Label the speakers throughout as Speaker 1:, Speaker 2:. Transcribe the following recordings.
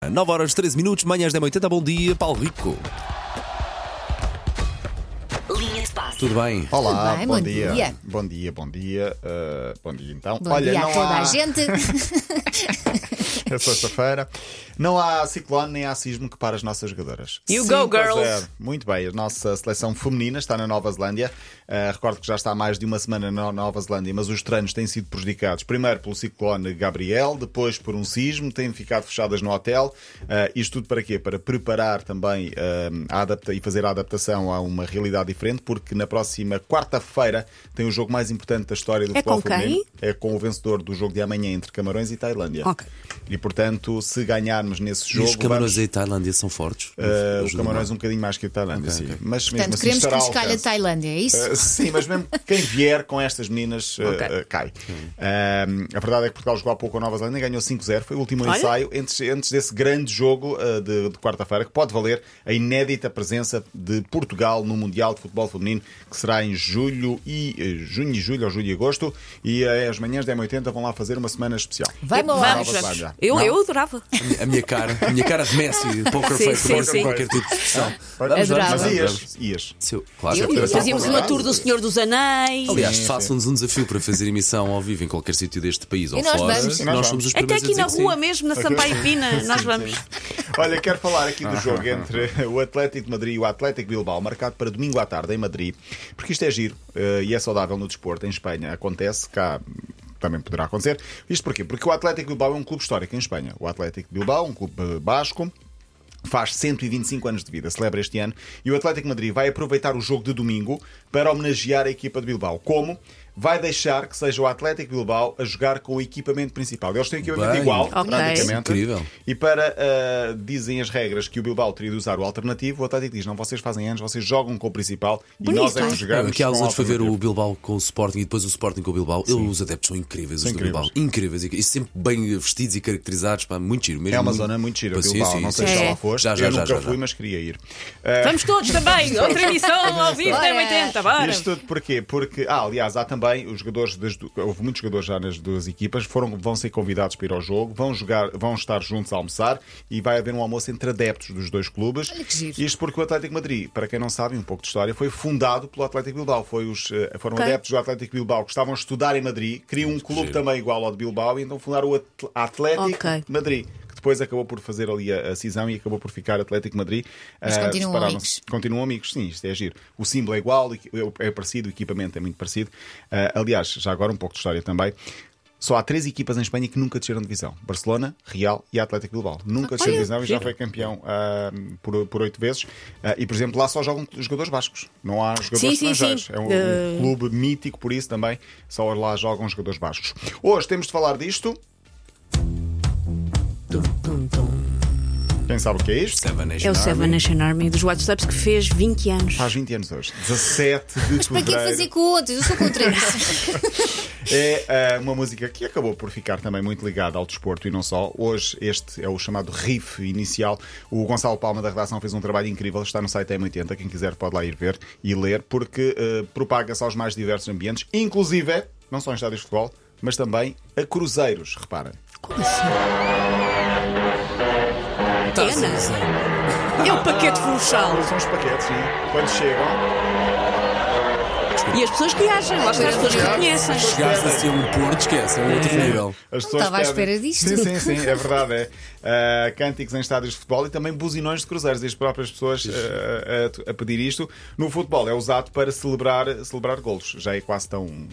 Speaker 1: 9 horas 13 minutos, manhãs 10h80. Bom dia, Paulo Rico.
Speaker 2: Linha de passe.
Speaker 1: Tudo bem?
Speaker 3: Olá,
Speaker 4: Tudo bem?
Speaker 3: bom,
Speaker 4: Bom
Speaker 3: dia.
Speaker 4: dia.
Speaker 3: Bom dia, bom dia. uh, bom dia, então.
Speaker 4: Bom
Speaker 3: Olha,
Speaker 4: dia
Speaker 3: não
Speaker 4: a toda
Speaker 3: há... assim
Speaker 4: a gente.
Speaker 3: É sexta-feira. Não há ciclone nem há sismo que para as nossas jogadoras.
Speaker 2: You
Speaker 3: Cinco
Speaker 2: go,
Speaker 3: a
Speaker 2: girls.
Speaker 3: zero. Muito bem, a nossa seleção feminina está na Nova Zelândia. Uh, recordo que já está há mais de uma semana na Nova Zelândia, mas os treinos têm sido prejudicados. Primeiro pelo ciclone Gabriel, depois por um sismo, têm ficado fechadas no hotel. Uh, isto tudo para quê? Para preparar também um, a adapta e fazer a adaptação a uma realidade diferente, porque na próxima quarta-feira tem o jogo mais importante da história do
Speaker 5: É
Speaker 3: futebol
Speaker 5: com quem?
Speaker 3: feminino. É com o vencedor do jogo de amanhã entre Camarões e Tailândia.
Speaker 5: Ok.
Speaker 3: E portanto, se ganharmos nesse
Speaker 1: E
Speaker 3: jogo.
Speaker 1: os camarões
Speaker 3: vamos,
Speaker 1: da Tailândia são fortes?
Speaker 3: eh, os
Speaker 1: Ajuda-me.
Speaker 3: camarões um bocadinho mais que a Tailândia, sim. Mas mesmo
Speaker 4: Portanto,
Speaker 3: assim
Speaker 4: queremos que
Speaker 3: estará ao
Speaker 4: escolha a
Speaker 3: alcance.
Speaker 4: Tailândia, é isso?
Speaker 3: Eh, Sim, mas mesmo quem vier com estas meninas eh,
Speaker 2: Ok.
Speaker 3: eh, cai. Eh, a verdade é que Portugal jogou há pouco com a Nova Zelândia e ganhou 5-0. Foi o último
Speaker 5: Olha.
Speaker 3: ensaio antes, antes desse grande jogo eh, de, de quarta-feira que pode valer a inédita presença de Portugal no Mundial de Futebol Feminino, que será em julho e eh, junho e julho ou julho e agosto. E eh, as manhãs da M80 vão lá fazer uma semana especial.
Speaker 4: Vamos!
Speaker 3: Vamos.
Speaker 5: Eu,
Speaker 1: Não.
Speaker 5: eu adorava.
Speaker 1: A minha cara, a minha cara de Messi, poker
Speaker 5: Sim,
Speaker 1: face,
Speaker 5: sim,
Speaker 1: qualquer,
Speaker 5: sim.
Speaker 1: qualquer tipo de expressão.
Speaker 3: Mas
Speaker 4: Adorava.
Speaker 3: ias, ias.
Speaker 1: Se eu- Claro,
Speaker 4: Eu-
Speaker 1: eu-
Speaker 4: eu-
Speaker 5: Fazíamos uma tour do Senhor dos Anéis.
Speaker 1: Aliás,
Speaker 3: um Sim,
Speaker 1: façam-nos um desafio para fazer emissão ao vivo em qualquer sítio deste país ou
Speaker 4: nós
Speaker 1: fora.
Speaker 4: vamos.
Speaker 1: E nós
Speaker 3: Nós vamos.
Speaker 1: somos os
Speaker 5: Até
Speaker 1: primeiros
Speaker 5: aqui
Speaker 1: a
Speaker 5: na
Speaker 1: dizer que
Speaker 5: rua
Speaker 1: sim.
Speaker 5: mesmo, na Sampaio Pina, nós vamos.
Speaker 3: Olha, quero falar aqui do jogo entre o Atlético de Madrid e o Atlético Bilbao, marcado para domingo à tarde em Madrid, porque isto é giro eh, e é saudável no desporto. Em Espanha acontece, cá hum, também poderá acontecer. Isto porquê? Porque o Atlético Bilbao é um clube histórico em Espanha. O Atlético Bilbao, um clube eh, basco, Faz 125 anos de vida, celebra este ano, e o Atlético de Madrid vai aproveitar o jogo de domingo para homenagear a equipa de Bilbao. Como? Vai deixar que seja o Atlético de Bilbao a jogar com o equipamento principal. Eles têm equipamento
Speaker 1: Bem.
Speaker 3: igual,
Speaker 1: Ok.
Speaker 3: praticamente.
Speaker 1: Incrível.
Speaker 3: E para, ah, dizem as regras, que o Bilbao teria de usar o alternativo, o Atlético diz: não, vocês fazem anos, vocês jogam com o principal e nós é que jogamos.
Speaker 1: Aqui há uns
Speaker 3: com
Speaker 1: anos foi ver o
Speaker 3: alternativo."
Speaker 1: Bilbao com o Sporting e depois o Sporting com o Bilbao. Eles, os adeptos são incríveis, os do
Speaker 3: incríveis.
Speaker 1: Bilbao. Incríveis. E sempre bem vestidos e caracterizados. Pá, muito giro mesmo.
Speaker 3: É uma
Speaker 1: muito-
Speaker 3: zona muito gira,
Speaker 1: Pá, sim,
Speaker 3: Bilbao.
Speaker 1: sim,
Speaker 3: não
Speaker 1: sim.
Speaker 3: sei se já
Speaker 1: É.
Speaker 3: lá foste.
Speaker 1: Já, já,
Speaker 3: Eu
Speaker 1: já,
Speaker 3: nunca
Speaker 1: já, já.
Speaker 3: fui, mas queria ir.
Speaker 5: É. Vamos todos também. Outra emissão ao vivo da
Speaker 4: Bora.
Speaker 5: 80. Bora.
Speaker 3: Isto tudo porquê? Porque, ah, aliás, há também os jogadores das du- houve muitos jogadores já nas duas equipas, foram, vão ser convidados para ir ao jogo, vão jogar, vão estar juntos a almoçar e vai haver um almoço entre adeptos dos dois clubes.
Speaker 4: Olha que giro.
Speaker 3: Isto porque o Atlético Madrid, para quem não sabe, um pouco de história, foi fundado pelo Atlético Bilbao. Foi os, eh, foram
Speaker 5: Ok.
Speaker 3: adeptos do Atlético Bilbao que estavam a estudar em Madrid, criam um clube
Speaker 1: giro.
Speaker 3: também igual ao de Bilbao e então fundaram o Atl- Atlético
Speaker 5: Ok.
Speaker 3: Madrid. que Depois acabou por fazer ali a, a cisão e acabou por ficar Atlético Madrid.
Speaker 4: Mas
Speaker 3: Ah,
Speaker 4: continuam
Speaker 3: separaram-se.
Speaker 4: amigos.
Speaker 3: Continuam amigos, sim, isto é giro. O símbolo é igual, é é parecido, o equipamento é muito parecido. Ah, aliás, já agora um pouco de história também. Só há três equipas em Espanha que nunca desceram de divisão: Barcelona, Real e Atlético Bilbao. Nunca desceram de divisão e já foi campeão ah, por por oito vezes. Ah, e, por exemplo, lá só jogam jogadores vascos. Não há jogadores
Speaker 5: Sim, sim,
Speaker 3: estrangeiros.
Speaker 5: sim.
Speaker 3: É um,
Speaker 5: Eh,
Speaker 3: um clube mítico, por isso também só lá jogam jogadores vascos. Hoje temos de falar disto. Quem sabe o que é isto?
Speaker 1: Seven Nation
Speaker 5: É o
Speaker 1: Army.
Speaker 5: Seven Nation Army dos WhatsApps que fez 20 anos.
Speaker 3: Faz 20 anos hoje. 17 de
Speaker 4: Para que
Speaker 3: fevereiro.
Speaker 4: fazer com outros? Eu sou contra isso.
Speaker 3: É ah, uma música que acabou por ficar também muito ligada ao desporto e não só. Hoje este é o chamado riff inicial. O Gonçalo Palma da redação fez um trabalho incrível, está no site M80, quem quiser pode lá ir ver e ler, porque ah, propaga-se aos mais diversos ambientes, inclusive, não só em estádios de futebol, mas também a cruzeiros, reparem.
Speaker 5: assim?
Speaker 1: Tá, sim, sim.
Speaker 5: É o paquete funchal.
Speaker 3: São os paquetes, sim. Quando chegam,
Speaker 5: E as pessoas reagem. Lá estão as pessoas que conhecem.
Speaker 1: Chegaste a ser um Porto, esquece, é um outro nível.
Speaker 3: as pessoas.
Speaker 4: estava à
Speaker 3: pedem.
Speaker 4: espera disto.
Speaker 3: Sim, sim, sim, é verdade. É. Ah, cânticos em estádios de futebol e também buzinões de cruzeiros. E as próprias pessoas ah, a, a pedir isto. No futebol é usado para celebrar, celebrar golos. Já é quase tão.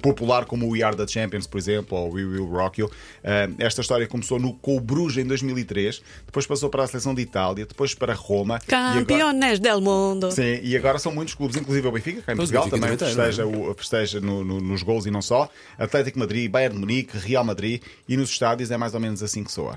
Speaker 3: Popular como o We Are the Champions, por exemplo, ou We Will Rock You. Ah, esta história começou no, com o Bruges em 2003, depois passou para a seleção de Itália, depois para Roma. e agora-
Speaker 5: Campeones del mundo.
Speaker 3: Sim, e agora são muitos clubes, inclusive o Benfica, cá em
Speaker 1: Pois, o
Speaker 3: Portugal
Speaker 1: Benfica
Speaker 3: também
Speaker 1: também tem, é?
Speaker 3: festeja, o- festeja no- no- nos gols e não só. Atlético de Madrid, Bayern de Munique, Real Madrid e nos estádios é mais ou menos assim que soa.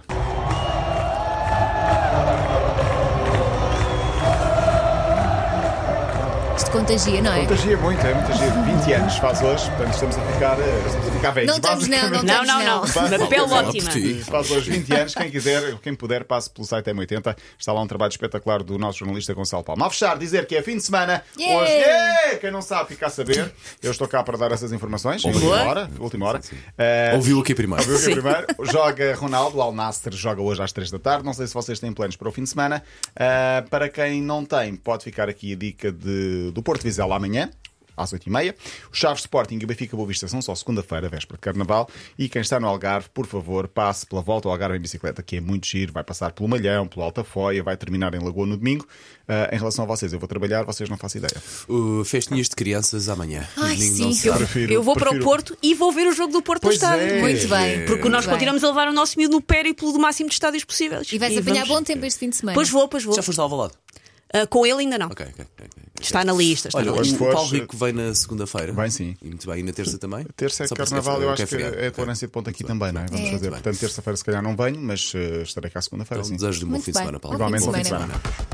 Speaker 1: Isto
Speaker 4: contagia, não é?
Speaker 3: Contagia muito, é muito giro. 20 anos faz hoje, portanto estamos a ficar, eh, estamos a ficar velhos.
Speaker 4: Não estamos, não,
Speaker 3: basicamente.
Speaker 5: Não, não, não. Uma
Speaker 3: Vamos-
Speaker 5: pele
Speaker 3: Fala
Speaker 1: por
Speaker 5: ótima.
Speaker 1: ti.
Speaker 3: Faz hoje 20 anos, quem quiser, quem puder, passe pelo site M80. Está lá um trabalho espetacular do nosso jornalista Gonçalo Palma. A fechar, dizer que é fim de semana.
Speaker 4: Yeah!
Speaker 3: Hoje, yeah! quem não sabe, fica a saber. Eu estou cá para dar essas informações. Última
Speaker 5: Boa.
Speaker 3: hora. Última hora.
Speaker 1: Sim, sim.
Speaker 3: Eh,
Speaker 1: Ouviu aqui primeiro.
Speaker 3: Viu que é primeiro? Joga Ronaldo, o Al Nasser joga hoje às 3 da tarde. Não sei se vocês têm planos para o fim de semana. Ah, para quem não tem, pode ficar aqui a dica de- do Porto Vizela amanhã. Às 8h30. O Chaves Sporting e o Benfica Boa Vista são só segunda-feira, véspera de Carnaval. E quem está no Algarve, por favor, passe pela volta ao Algarve em bicicleta, que é muito giro. Vai passar pelo Malhão, pelo Alta Foia, vai terminar em Lagoa no domingo. Ah, em relação a vocês, eu vou trabalhar, vocês não fazem ideia.
Speaker 1: Uh, festinhas de crianças amanhã.
Speaker 4: Ai,
Speaker 1: Domingo não
Speaker 4: sim.
Speaker 1: se sabe.
Speaker 3: Prefiro-
Speaker 5: Eu vou para o
Speaker 3: prefiro-
Speaker 5: Porto e vou ver o jogo do Porto no
Speaker 3: Pois
Speaker 5: estádio.
Speaker 3: é.
Speaker 4: Muito bem.
Speaker 5: Porque nós
Speaker 4: Muito bem.
Speaker 5: continuamos a levar o nosso miúdo no périplo do máximo de estádios possíveis.
Speaker 4: E vais apanhar
Speaker 5: vamos-
Speaker 4: bom tempo este fim de semana.
Speaker 5: Pois vou, pois vou.
Speaker 1: Já foste ao Alvalade?
Speaker 5: Ah, com ele ainda não.
Speaker 1: Ok, ok, ok, ok.
Speaker 5: Está na lista. Está
Speaker 1: Olha,
Speaker 5: na
Speaker 1: o,
Speaker 3: hoje
Speaker 5: lista.
Speaker 1: o
Speaker 3: fores-
Speaker 1: Paulo Rico vem na segunda-feira.
Speaker 3: Vem, sim.
Speaker 1: E muito bem. E na terça também?
Speaker 3: Terça é
Speaker 1: Só para saber
Speaker 3: carnaval,
Speaker 1: se-
Speaker 3: eu
Speaker 1: ok,
Speaker 3: acho que
Speaker 1: feriado.
Speaker 3: é
Speaker 1: Ok.
Speaker 3: tolerância de ponto aqui também, não é? Vamos
Speaker 4: É.
Speaker 3: fazer.
Speaker 1: Muito bem.
Speaker 3: Portanto, terça-feira se calhar não venho, mas eh, estarei cá segunda-feira,
Speaker 1: Então,
Speaker 3: sim.
Speaker 1: desejo-lhe um bom
Speaker 4: Muito
Speaker 1: fim de
Speaker 4: bem.
Speaker 1: semana, Paulo.
Speaker 4: Bom fim de
Speaker 3: Igualmente, bom fim de
Speaker 4: semana.
Speaker 3: semana.